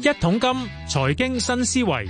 一桶金財經新思維，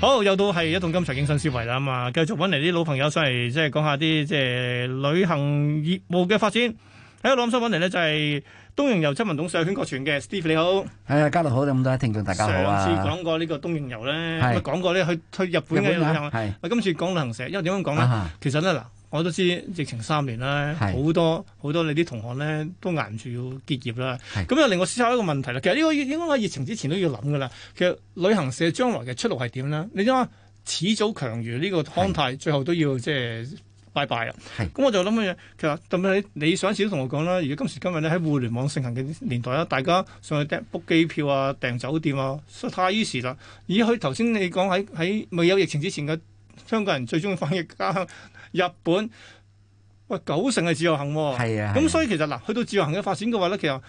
好，又到係一桶金財經新思維啦嘛，繼續揾嚟啲老朋友上嚟，即係講下啲即係旅行業務嘅發展。喺我諗想揾嚟咧就係東瀛遊執行董事圈國全嘅 Steve，你好。係啊，家樂好，咁多位聽眾大家好啊！上次講過呢個東瀛遊咧，係咪講過咧去去日日本嘅旅本行啊，啊。係我今次講旅行社，因為點樣講咧？啊其實咧嗱，我都知疫情三年啦，係好多好多你啲同學咧都捱唔住要結業啦。係咁又令我思考一個問題啦。其實呢個應該喺疫情之前都要諗噶啦。其實旅行社將來嘅出路係點咧？你諗下，始祖強如呢個康泰，最後都要即係。拜拜啦！係咁我就諗嘅嘢，其實特別係你你上一次都同我講啦，而家今時今日咧喺互聯網盛行嘅年代啦，大家上去訂 book 機票啊、訂酒店啊，實太 easy 啦。而佢頭先你講喺喺未有疫情之前嘅香港人最中意翻嘅家鄉日本，喂九成係自由行喎、係啊，咁以所以其實嗱，去到自由行嘅發展嘅話咧，其實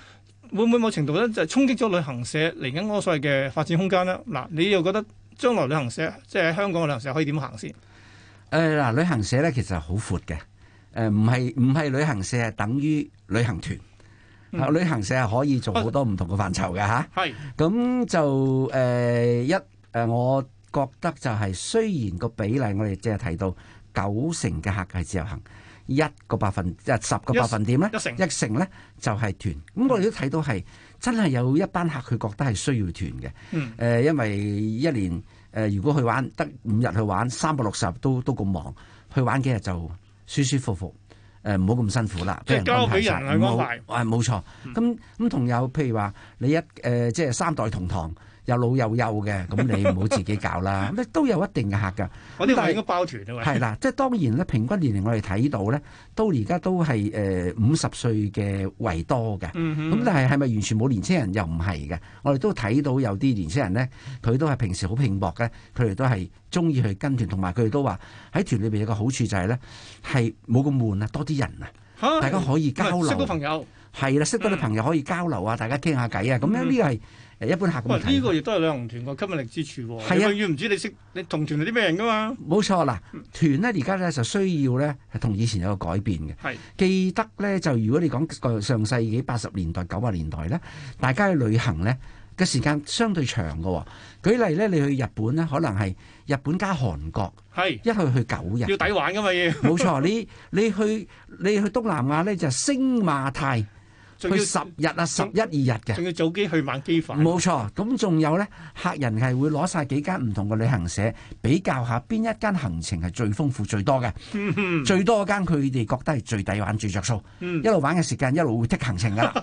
會唔會某程度咧就係衝擊咗旅行社嚟緊嗰個所謂嘅發展空間咧？嗱，你又覺得將來旅行社即係喺香港嘅旅行社可以點行先？誒嗱，旅行社咧其實好闊嘅，誒唔係唔係旅行社係等於旅行團，嗯啊旅行社係可以做好多唔同嘅範疇嘅嚇。係咁就誒一誒，我覺得就係雖然個比例我哋只係提到九成嘅客係自由行，一個百分即係十個百分點咧。一成一成呢就係團，咁我哋都睇到係真係有一班客佢覺得係需要團嘅，誒、嗯呃因為一年誒、呃如果去玩得五日去玩，三百六十都都咁忙，去玩幾日就舒舒服服，誒唔好咁辛苦啦，即係交俾人去安排晒唔安好排嗯啊冇錯，咁咁同有譬如話你一誒、呃即係三代同堂。有老有幼嘅，咁你唔好自己搞 啦。咁都有一定嘅客㗎，我啲但話係應該包團啊喂，係啦，即係當然咧，平均年齡我哋睇到咧，都而家都係誒五十歲嘅為多嘅。嗯哼咁但係係咪完全冇年青人又唔係嘅？我哋都睇到有啲年青人咧，佢都係平時好拼搏嘅，佢哋都係中意去跟團，同埋佢哋都話喺團裏邊有個好處就係咧，係冇咁悶啊，多啲人啊，嚇大家可以交嗯喂識到流，朋友，係啦，識到啲朋友可以交流啊，大家傾下偈啊，咁樣呢個係誒一般客嗯喂咁呢睇。個亦都係旅行團個吸引力之處喎。係啊你永遠唔知你識你同團係啲咩人噶嘛？冇錯啦，團咧而家咧就需要咧係同以前有個改變嘅。係記得咧，就如果你講個上世紀八十年代、九十年代咧，大家去旅行咧嘅時間相對長嘅喎、舉例咧，你去日本咧，可能係日本加韓國，係一去去九日。要抵玩噶嘛要，冇錯，你你去你去東南亞咧就星馬泰，仲去要十日啊，十一二日嘅。仲要早機去晚機返。 冇錯，咁仲有呢，客人係會攞晒幾間唔同嘅旅行社比較下，邊一間行程係最豐富最多嘅，最多間佢哋覺得係最抵玩最着數，嗯一路玩嘅時間一路會剔行程噶 啦。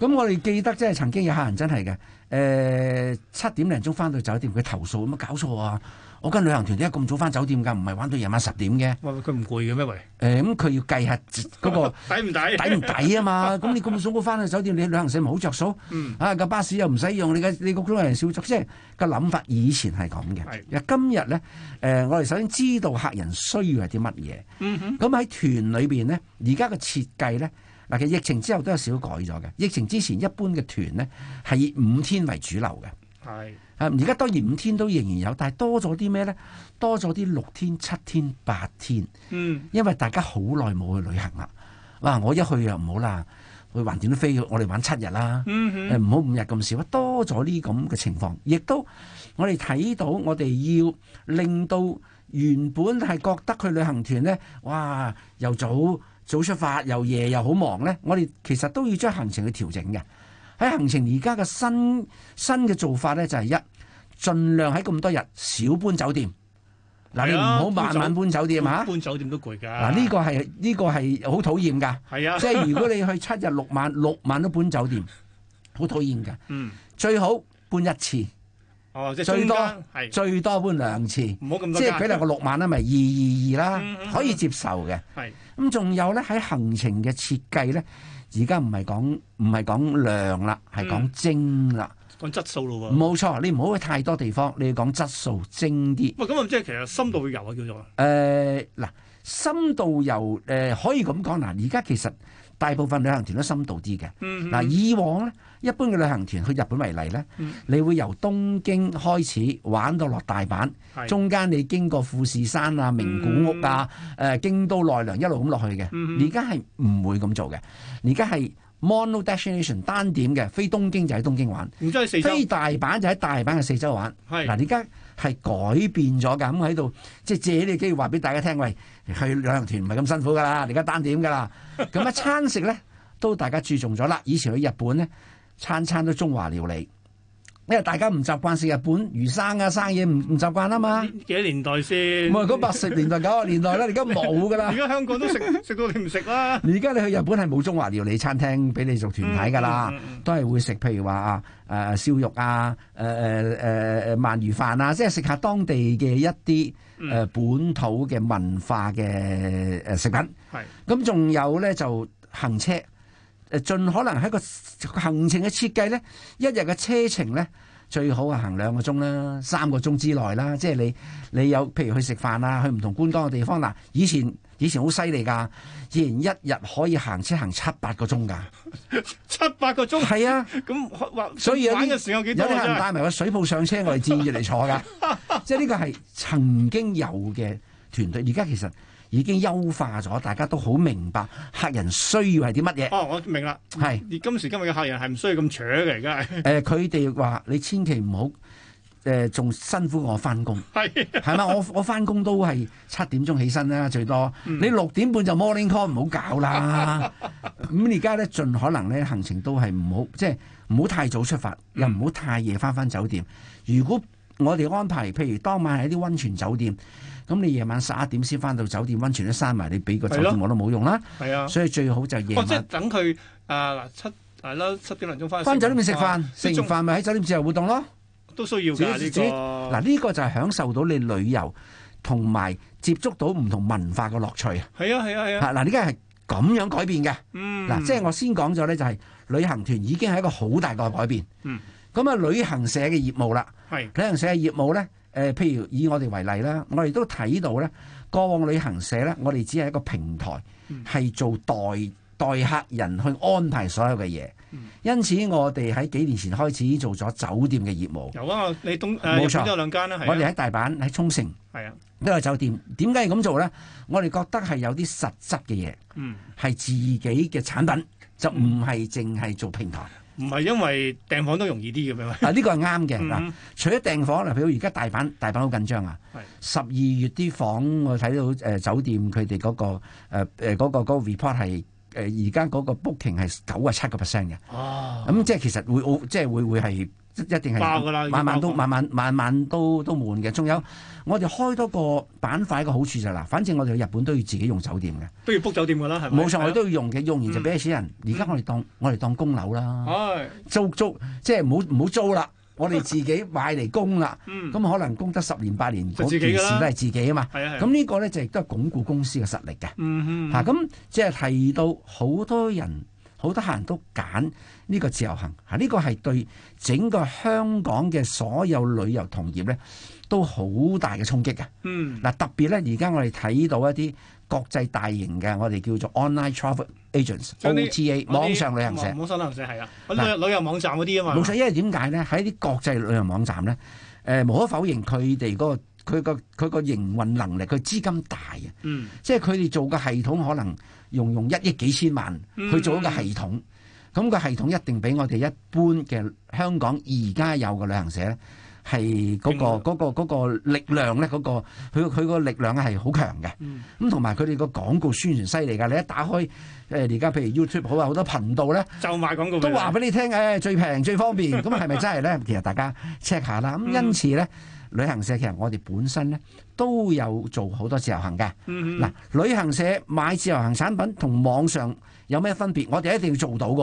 咁我哋記得即係曾經有客人真係嘅，誒、呃七點零鐘翻到酒店佢投訴咁啊搞錯啊！我跟旅行團點解咁早翻酒店㗎？唔係玩到夜晚十點嘅，喂，佢唔攰嘅咩？喂，誒咁佢要計下嗰、個。抵唔抵？抵 唔抵啊嘛？咁你咁早翻去酒店，你旅行社咪好着數？嗯啊，架巴士又唔使用，你嘅你個工人少足，即係個諗法以前係咁嘅。係今日咧，誒、我哋首先知道客人需要係啲乜嘢。嗯哼，咁喺團裏邊咧，而家嘅設計咧，嗱，其實疫情之後都有少少改咗嘅。疫情之前一般嘅團咧係以五天為主流嘅。係。啊！而家當然五天都仍然有，但係多咗啲咩咧？多咗啲六天、七天、八天。嗯，因為大家好耐冇去旅行啦。哇！我一去又唔好啦，去橫掂都飛，我哋玩七日啦。嗯誒唔好五日咁少，多咗呢咁嘅情況，亦都我哋睇到我哋要令到原本係覺得去旅行團呢，哇！又早早出發，又夜又好忙呢。我哋其實都要將行程去調整嘅。喺行程而家嘅新新嘅做法呢，就係一盡量喺咁多日少搬酒店。嗱，你係唔啊好慢慢搬酒店嚇。搬酒店都攰㗎。嗱，呢個係呢個係好討厭㗎。係啊，即係如果你去七日六晚，六晚都搬酒店，好討厭㗎。嗯，最好搬一次，哦，即係最中多間係最多搬兩次。唔好咁多即係舉例個六晚啦，咪二二二嗯嗯嗯啦，可以接受嘅。係咁仲有咧喺行程嘅設計咧，而家唔係講唔係講量啦，係講嗯啊精啦。講質素咯喎。冇錯，你唔好去太多地方，你要講質素精啲。呃喂，咁啊，即係其實深度遊啊，叫做誒嗱，深度遊誒、可以咁講嗱，而家其實大部分旅行團都深度啲嘅。嗯嗱，以往呢，一般嘅旅行團去日本為例呢，嗯你會由東京開始玩到落大阪，係中間你經過富士山啊、名古屋啊、誒、京都奈良一路咁落去嘅。嗯而家係唔會咁做嘅，而家係 mono destination 單點嘅，飛東京就喺東京玩，然之後係四周飛大阪就喺大阪嘅四周玩。係嗱，而家係改變咗㗎，咁喺度即係借呢個機會話俾大家聽，喂，去旅行團唔係咁辛苦㗎啦，而家單點 㗎啦。咁一餐食咧都大家注重咗啦。以前去日本咧，餐餐都中華料理，因為大家唔習慣食日本魚生啊、生嘢，唔唔習慣啊嘛。幾多年代唔先？係嗰八十年代、九十年代咧，而家冇㗎啦 而。家香港都食食到你唔食啦。而家你去日本係冇中華料理餐廳俾你做團體㗎啦，嗯嗯嗯都係會食譬如話啊誒燒肉啊誒誒誒誒鰻魚飯啊，即係食下當地嘅一啲誒、嗯呃本土嘅文化嘅呃誒食品。嗯係咁仲有咧就行車，誒盡可能喺個行程嘅設計咧，一日嘅車程咧最好係行兩個鐘啦，三個鐘之內啦。即係你你有譬如去食飯啊，去唔同觀光嘅地方嗱，以前以前好犀利㗎，以前一日可以行車行七八個鐘㗎，七八個鐘， 係啊。咁話所以有啲玩嘅時候幾有多啲啊？人真係帶埋個水泡上車，我哋照住嚟 坐噶。即係呢個係曾經有嘅團隊，而家其實已經優化咗，大家都好明白客人需要係啲乜嘢。哦，我明啦。係而今時今日嘅客人係唔需要咁扯嘅，而家 係誒，呃佢哋話你千祈唔好誒，仲、辛苦我翻工係係嘛？我 我翻工都係七點鐘起身啦，最多。嗯你六點半就 morning call 唔好搞啦。咁而家咧，盡可能咧行程都係唔好，即係唔好太早出發，嗯又唔好太夜翻返酒店。如果我哋安排，譬如當晚係一啲温泉酒店，咁你夜晚十一點先翻到酒店，温泉都閂埋，你俾個酒係店咯我都冇用啦。係啊。所以最好就夜哦，即係晚等佢啊嗱七係啦，七點零鐘翻翻酒店食飯，食啊仲完飯咪喺酒店自由活動咯。都需要㗎自己呢自己個啊嗱，。呢個就係享受到你旅遊同埋接觸到唔同文化嘅樂趣啊！係啊係啊係啊。嚇嗱，呢家係咁樣改變嘅。嗯。嗱，即係我先講咗呢，就係旅行團已經係一個好大嘅改變。嗯。咁啊，旅行社嘅業務啦，係旅行社嘅業務呢，誒、譬如以我哋為例啦，我哋都睇到呢，過往旅行社呢，我哋只係一個平台嗯，係做代代客人去安排所有嘅嘢嗯。因此，我哋喺幾年前開始做咗酒店嘅業務。有啊，你東誒冇日錯本都有兩間啦，我係哋啊喺大阪、喺沖繩係啊。都有酒店。點解要咁做呢？我哋覺得係有啲實質嘅嘢，嗯。係自己嘅產品，就唔係淨係做平台。啊唔係因為訂房都容易啲嘅咩？嗱，呢個係啱嘅。嗱，嗯除咗訂房，嗱，譬如而家大阪，大阪好緊張啊係。十二月啲房，我睇到誒、呃酒店佢哋嗰個誒誒嗰個嗰個 report 係誒而家嗰個 booking 係九啊七個 percent 嘅。哦，咁即係其實會好即係會會係一定係爆㗎啦已經晚晚爆都㗎晚晚晚晚都都滿嘅。仲有我哋開多個板塊嘅好處就係嗱，反正我哋去日本都要自己用酒店嘅，都要 book 酒店㗎啦，係咪？冇錯我哋都要用嘅，用完就嗯俾錢人。而家我哋當我哋當供樓啦。啊係租租即係唔好唔好租啦，我哋自己買嚟供啦。嗯咁可能供得十年八年，就嗰自件己㗎啦事都係自己啊嘛。係啊係啊。咁呢個咧就亦都係鞏固公司嘅實力嘅。嗯嚇啊咁即係提到好多人好多客人都揀呢個自由行嚇，呢個係對整個香港嘅所有旅遊同業咧都好大嘅衝擊嘅。嗯嗱特別咧，而家我哋睇到一啲國際大型嘅我哋叫做 online travel agents（OTA） 將啲網上旅行社。網上旅行社係啊，旅嗱遊旅遊網站嗰啲啊嘛，冇錯，因為點解咧？喺啲國際旅遊網站咧，誒、無可否認佢哋嗰個佢個佢個營運能力，佢資金大啊，嗯，即係佢哋做嘅系統可能用用一億幾千萬嗯去做一個系統，咁、個系統一定比我哋一般嘅香港而家有嘅旅行社咧。係嗰、勁啊個嗰、個嗰個力量咧，嗰、個佢佢個力量係好強嘅。嗯咁同埋佢哋個廣告宣傳犀利㗎。你一打開誒而家譬如 YouTube 好啊，好多頻道咧，就賣廣告都話話俾你聽，誒、最平最方便，咁係咪真係咧？其實大家 check 下啦。咁因此咧，旅行社其實我哋本身咧都有做好多自由行嘅。嗯嗱、旅行社買自由行產品同網上有咩分別？我哋一定要做到嘅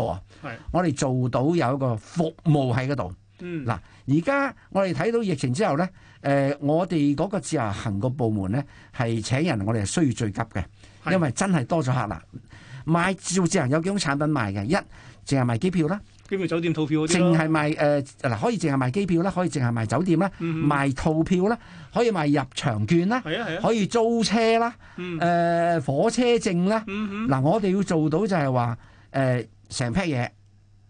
喎。係我哋做到有一個服務喺嗰度。嗯嗱，而家我哋睇到疫情之後呢，誒、我哋嗰個自由行個部門呢，係請人，我哋係需要最急嘅，係因為真係多咗客啦。買做自由行有幾種產品賣嘅，一淨係賣機票啦，機票酒店套票嗰啲淨咯係賣誒呃嗱，可以淨係賣機票啦，可以淨係賣酒店啦，嗯嗯賣套票啦，可以賣入場券啦，係啊係啊，可以租車啦，嗯誒、火車證啦。嗯嗯嗱、我哋要做到就係話誒成批嘢，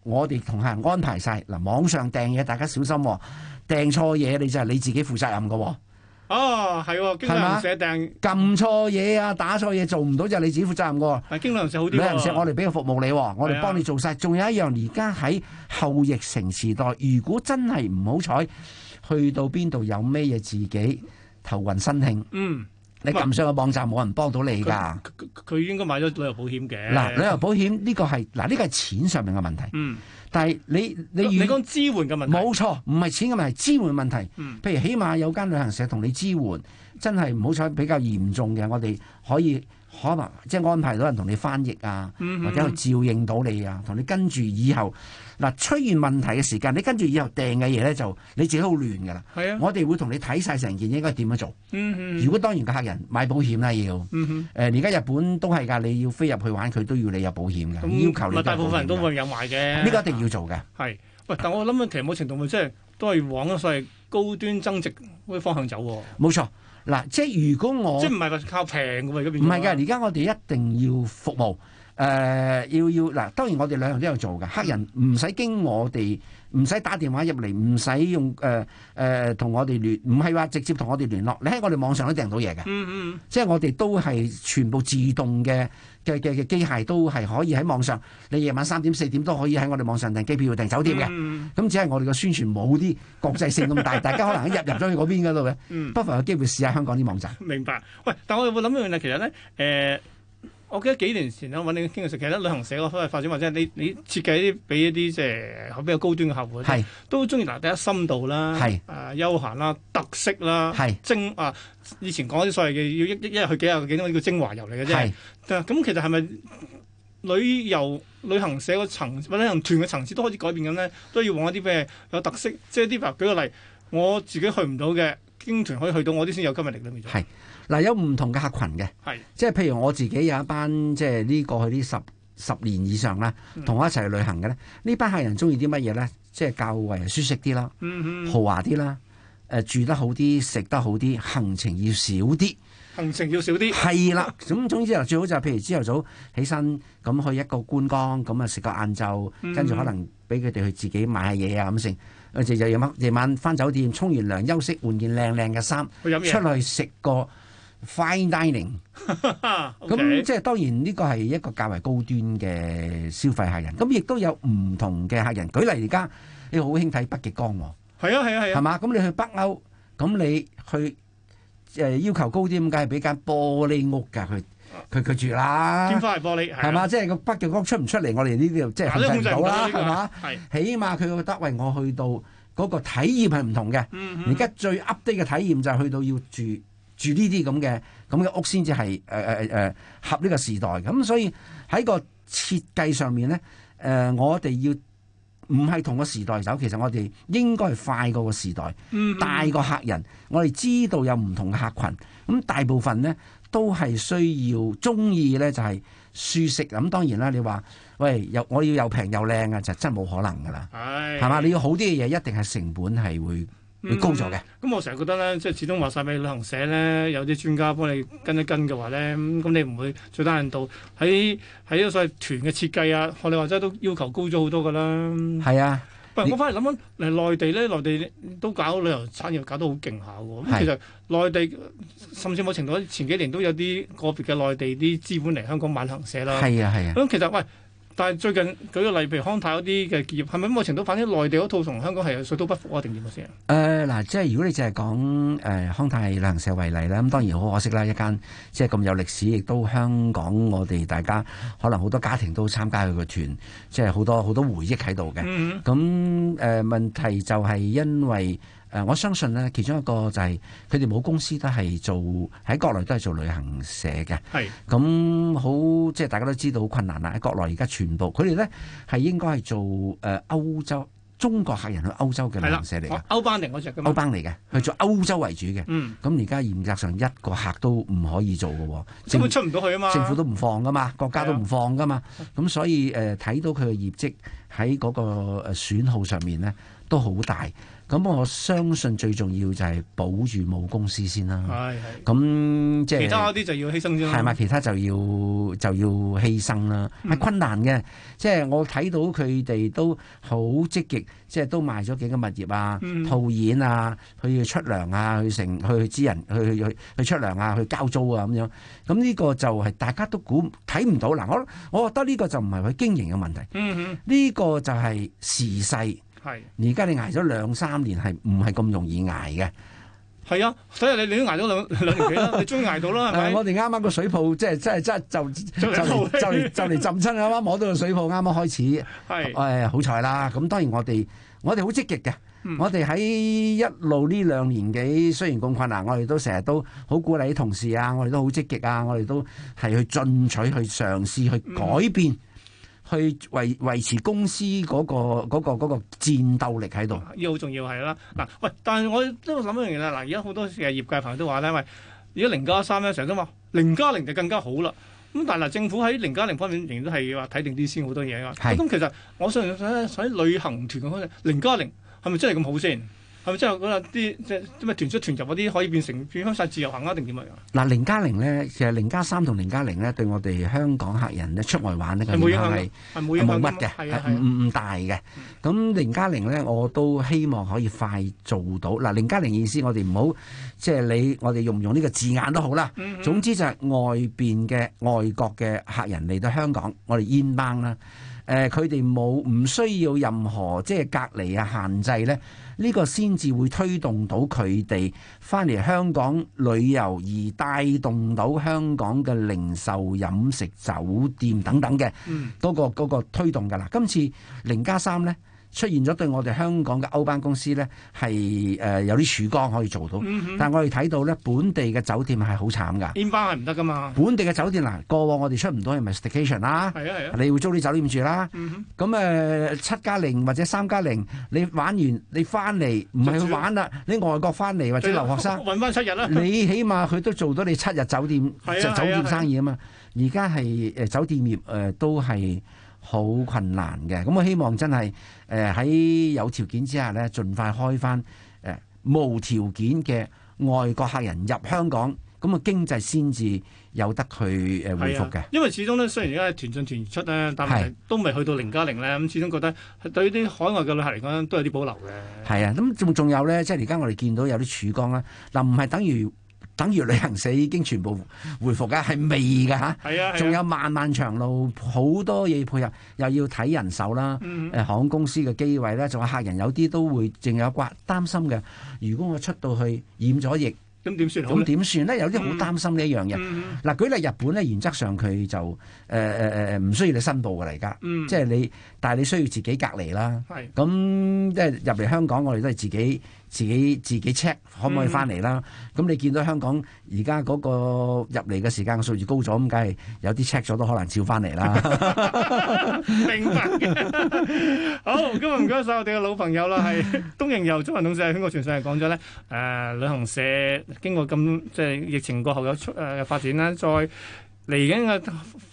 我哋同客人安排晒。嗱、網上訂嘢大家小心喎、訂錯嘢你就係你自己負責任嘅喎、啊係喎，經係旅嘛行社訂，撳錯嘢啊，打錯嘢做唔到就係你自己負責任嘅喎。但經旅行社好啲旅行社喎我哋俾個服務你喎，我係哋啊幫你做晒。仲有一樣，而家喺後疫情時代，如果真係唔好彩，去到邊度有咩嘢自己頭暈身慶，嗯，你撳上個網站冇人幫到你㗎佢。佢佢應該買咗旅遊保險嘅。嗱，旅遊保險呢個係嗱呢個係錢上面嘅問題，嗯，但係你你你遇講支援嘅問題，冇錯，唔係錢嘅問題，支援問題。嗯譬如起碼有間旅行社同你支援，真係唔好彩比較嚴重嘅，我哋可以可能即係安排到人同你翻譯啊，嗯嗯或者去照應到你啊，同你跟住以後嗱出現問題嘅時間，你跟住以後訂嘅嘢咧就你自己好亂㗎啦。係啊，我哋會同你睇晒成件應該點樣做。嗯如果當然個客人買保險啦要。嗯嗯誒而家日本都係㗎，你要飛入去玩佢都要你有保險㗎，咁要求你咪大部分人都會會有買嘅。呢個一定要做嘅。係，喂，但我諗其實某程度咪即係都係往咗所謂高端增值嗰啲方向走喎，冇錯，嗱，即係如果我即係唔係話靠平嘅喎，而家變唔係㗎，而家我哋一定要服務，誒、要要嗱，當然我哋兩樣都有做嗯㗎。客人唔使經我哋，唔使打電話入嚟，唔使用誒誒同我哋聯，唔係話直接同我哋聯絡，你喺我哋網上都訂到嘢嘅，嗯嗯即係我哋都係全部自動嘅嘅嘅嘅機械都係可以喺網上，你夜晚三點四點都可以喺我哋網上訂機票、訂酒店嘅。嗯咁只係我哋嘅宣傳冇啲國際性咁 大，大家可能一入入咗去嗰邊嗰度嘅，嗯，不妨有機會試下香港啲網站。明白。喂，但我又會諗一樣嘢，其實咧，誒、我記得幾年前咧揾你傾嘅時候，其實咧旅行社嗰個發展或者你你設計啲俾一啲即係比較高端嘅客户，係都中意嗱，第一深度啦，係啊休閒啦，特色啦，係精啊，以前講啲所謂嘅要一一一日去幾廿個景點，呢個精華遊嚟嘅啫係。但咁其實係咪旅遊旅行社個層或者旅行團嘅層次都開始改變緊咧？都要往一啲咩有特色，即係啲譬如舉個例，我自己去唔到嘅，經團可以去到，我啲先有吸引力裏面咗。係嗱，有唔同嘅客群嘅，係即係譬如我自己有一班即係呢過去呢十十年以上啦，嗯同我一齊去旅行嘅咧，呢班客人中意啲乜嘢咧？即係較為舒適啲啦，嗯嗯，豪華啲啦，誒住得好啲，食得好啲，行程要少啲。行程要少啲。係啦，咁總之啊，最好就係譬如朝頭早起身咁去一個觀光，咁啊食個晏晝，嗯跟住可能俾佢哋去自己買下嘢啊咁剩，跟住就夜晚夜晚翻酒店沖完涼休息，換件靚靚嘅衫，去飲嘢出去食個 fine dining。啊咁，OK，即係當然呢個係一個較為高端嘅消費客人，咁亦都有唔同嘅客人。舉例而家你好興睇北極光喎。係啊係啊係係啊，嘛？咁你去北歐，咁你去誒、呃要求高啲，咁梗係俾間玻璃屋㗎，佢佢佢住天啦，花係玻璃係嘛？？即係個北極光出唔出嚟，我哋呢啲就即係嗱都控控制制唔到唔啦，到呢個係嘛？？係，起碼佢覺得喂，我去到嗰個體驗係唔同嘅。嗯而嗯家最 update 嘅體驗就係去到要住住呢啲咁嘅咁嘅屋先至係誒誒誒合呢個時代。咁所以喺個設計上面咧，誒、我哋要唔係同個時代走，其實我哋應該係快過個時代，嗯大過客人。我哋知道有唔同嘅客群，咁大部分咧都係需要中意咧就係舒適。咁當然啦，你話喂又我要又平又靚啊，就真係冇可能㗎啦，係係嘛？你要好啲嘅嘢，一定係成本係會會嗯高咗嘅。咁我成日覺得咧，即係始終話晒俾旅行社咧，有啲專家幫你跟一跟嘅話咧，咁咁你唔會最低限度喺喺所謂團嘅設計啊，學你話齋都要求高咗好多噶啦。係啊，不過你我翻嚟諗緊，誒內地咧，內地都搞旅遊產業搞得好勁下喎。咁係其實內地甚至某程度前幾年都有啲個別嘅內地啲資本嚟香港買旅行社啦。係啊，係啊，咁其實喂，但係最近舉個例，譬如康泰嗰啲嘅結業，係咪某程度反映內地嗰套同香港係水土不服啊？定點先啊？誒呃嗱、即係如果你淨係講誒康泰旅行社為例啦，咁當然好可惜啦，一間即係咁有歷史，亦都香港我哋大家可能好多家庭都參加佢個團，即係好多好多回憶喺度嘅。嗯咁誒、呃、問題就係因為誒、呃我相信咧，其中一個就係佢哋冇公司都係做喺國內都係做旅行社嘅。哼，係咁好，啊即係大家都知道好困難啦。喺國內而家全部，佢哋咧係應該係做誒、呃、歐洲中國客人去歐洲嘅旅係啦哦啊行社嚟嘅，，歐班寧嗰只噶嘛歐，班嚟嘅，去做歐洲為主嘅。嗯，咁而家嚴格上一個客都唔可以做嘅喎，根政本出唔到去啊啊嘛，政府都唔放噶嘛，國家都唔放噶嘛，咁所以誒睇、到佢嘅業績喺嗰個誒損耗上面咧都好大，咁我相信最重要就係保住母公司先啦。係係，咁即啊其他嗰係啲就要犧牲啫嘛，嗯係嘛？其他就要就要犧牲啦，係、困難嘅。即係我睇到佢哋都好積極，即係都賣咗幾個物業啊、嗯套現啊，去出糧啊，去成去去支人，去去去去出糧啊，去交租啊咁樣。咁呢個就係大家都估睇唔到嗱，我我覺得呢個就唔係佢經營嘅問題，嗯嗯，呢、個就係時勢。係。而家你捱咗兩三年係唔係咁容易捱嘅？係啊，所以你你都捱到兩兩年幾 啦，你終於捱到啦，係誒，咪？我哋啱啱個水泡即係即係即係就就就嚟嚟就嚟就嚟浸親，啱啱摸到個水泡，啱啱開始。係誒好彩啦！咁當然我哋我哋好積極嘅，嗯我哋喺一路呢兩年幾雖然咁困難，我哋都成日都好鼓勵啲同事啊，我哋都好積極啊，我哋都係去進取、去嘗嗯試、去改變、去維維持公司嗰、個嗰、個嗰、個戰鬥力喺度。呢啊個好重要係啦。嗱，喂，但係我都諗一樣嘢啦。嗱，而家好多嘅業界朋友都話咧，喂，而家零加三咧成日都話零加零就更加好啦。咁但係嗱，政府喺零加零方面仍然都係話睇定啲先好多嘢㗎。係咁其實我相信咧喺旅行團嘅方面，零加零係咪真係咁好先？係咪真係嗰啲即係咩團出團入嗰啲可以變成變翻晒自由行啊？定點樣？嗱，零加零咧，其實零加三同零加零咧，對我哋香港客人咧出外玩呢個係冇影影響係響，係冇影響冇㗎嘛乜係嘅，啊係係啊唔唔大嘅。咁零加零咧，我都希望可以快做到。嗱，零加零意思我哋唔好即係你，我哋用唔用呢個字眼都好啦。嗯嗯總之就係外邊嘅外國嘅客人嚟到香港，我哋煙班啦。誒，佢哋冇唔需要任何即係隔離啊限制咧，呢、個先至會推動到佢哋翻嚟香港旅遊，而帶動到香港嘅零售、飲食、酒店等等嘅。嗯嗰、個嗰、個推動㗎啦。今次零加三咧出現咗對我哋香港嘅歐班公司咧係誒有啲曙光可以做到，嗯嗯但係我哋睇到咧本地嘅酒店係好慘㗎。 ，in 班係唔得㗎嘛。本地嘅酒店嗱，過往我哋出唔到係咪 station 啦？係啊係啊。你會租啲酒店住啦，嗯哼咁誒七加零或者三加零，你玩完你翻嚟唔係去玩啦，你外國翻嚟或者留學生，揾翻七日啦， 你起碼佢都做到你七日酒店係就啊係啊酒店係啊生意啊嘛。而家係誒酒店業誒、呃都係好困難嘅。咁我希望真係誒呃喺有條件之下咧，盡快開翻誒、呃、無條件嘅外國客人入香港，咁啊經濟先至有得去誒恢復嘅啊。，因為始終咧，雖然而家係團進團出咧，但係係都未去到零加零咧，咁始終覺得對於啲海外嘅旅客嚟講都有啲保留嘅。係啊，咁仲仲有咧，即係而家我哋見到有啲曙光啦。嗱，唔係等於等於旅行社已經全部恢復㗎，係未㗎嚇。係啊，係啊仲有漫漫長路，好多嘢配合，又要睇人手啦。嗯誒、航空公司嘅機位咧，仲有客人有啲都會淨有掛擔心嘅。如果我出到去染咗疫，咁點算好咁啊咧？點算咧？有啲好擔心呢一樣嘢。嗯嗱、舉例日本咧，原則上佢就誒誒誒誒唔需要你申報㗎啦，而家，嗯，即係你，但係你需要自己隔離啦。係咁即係入嚟香港，我哋都係自己自己自己 check 可唔可以翻嚟啦。咁、你見到香港而家嗰個入嚟嘅時間嘅數字高咗，咁梗係有啲 check 咗都可能照翻嚟啦。明白嘅。好，今日唔該晒我哋嘅老朋友啦，係東瀛遊中文董事香國全世係講咗咧，誒旅行社經過咁即係疫情過後有出誒發展啦，再。嚟緊嘅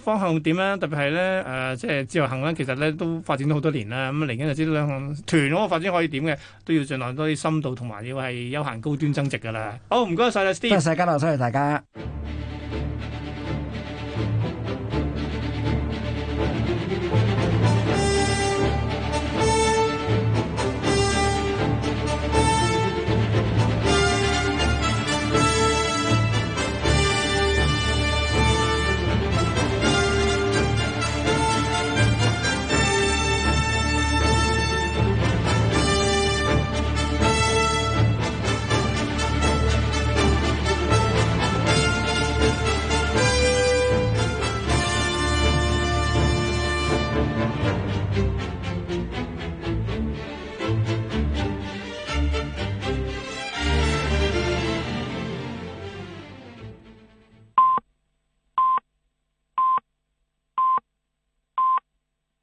方向點咧？特別係咧誒，即係自由行咧，其實咧都發展咗好多年啦。咁嚟緊就知道兩項團嗰個發展可以點嘅，都要盡量多啲深度同埋要係休閒高端增值㗎啦。好，唔該晒啦多謝，Steve。晒家樂，多謝大家。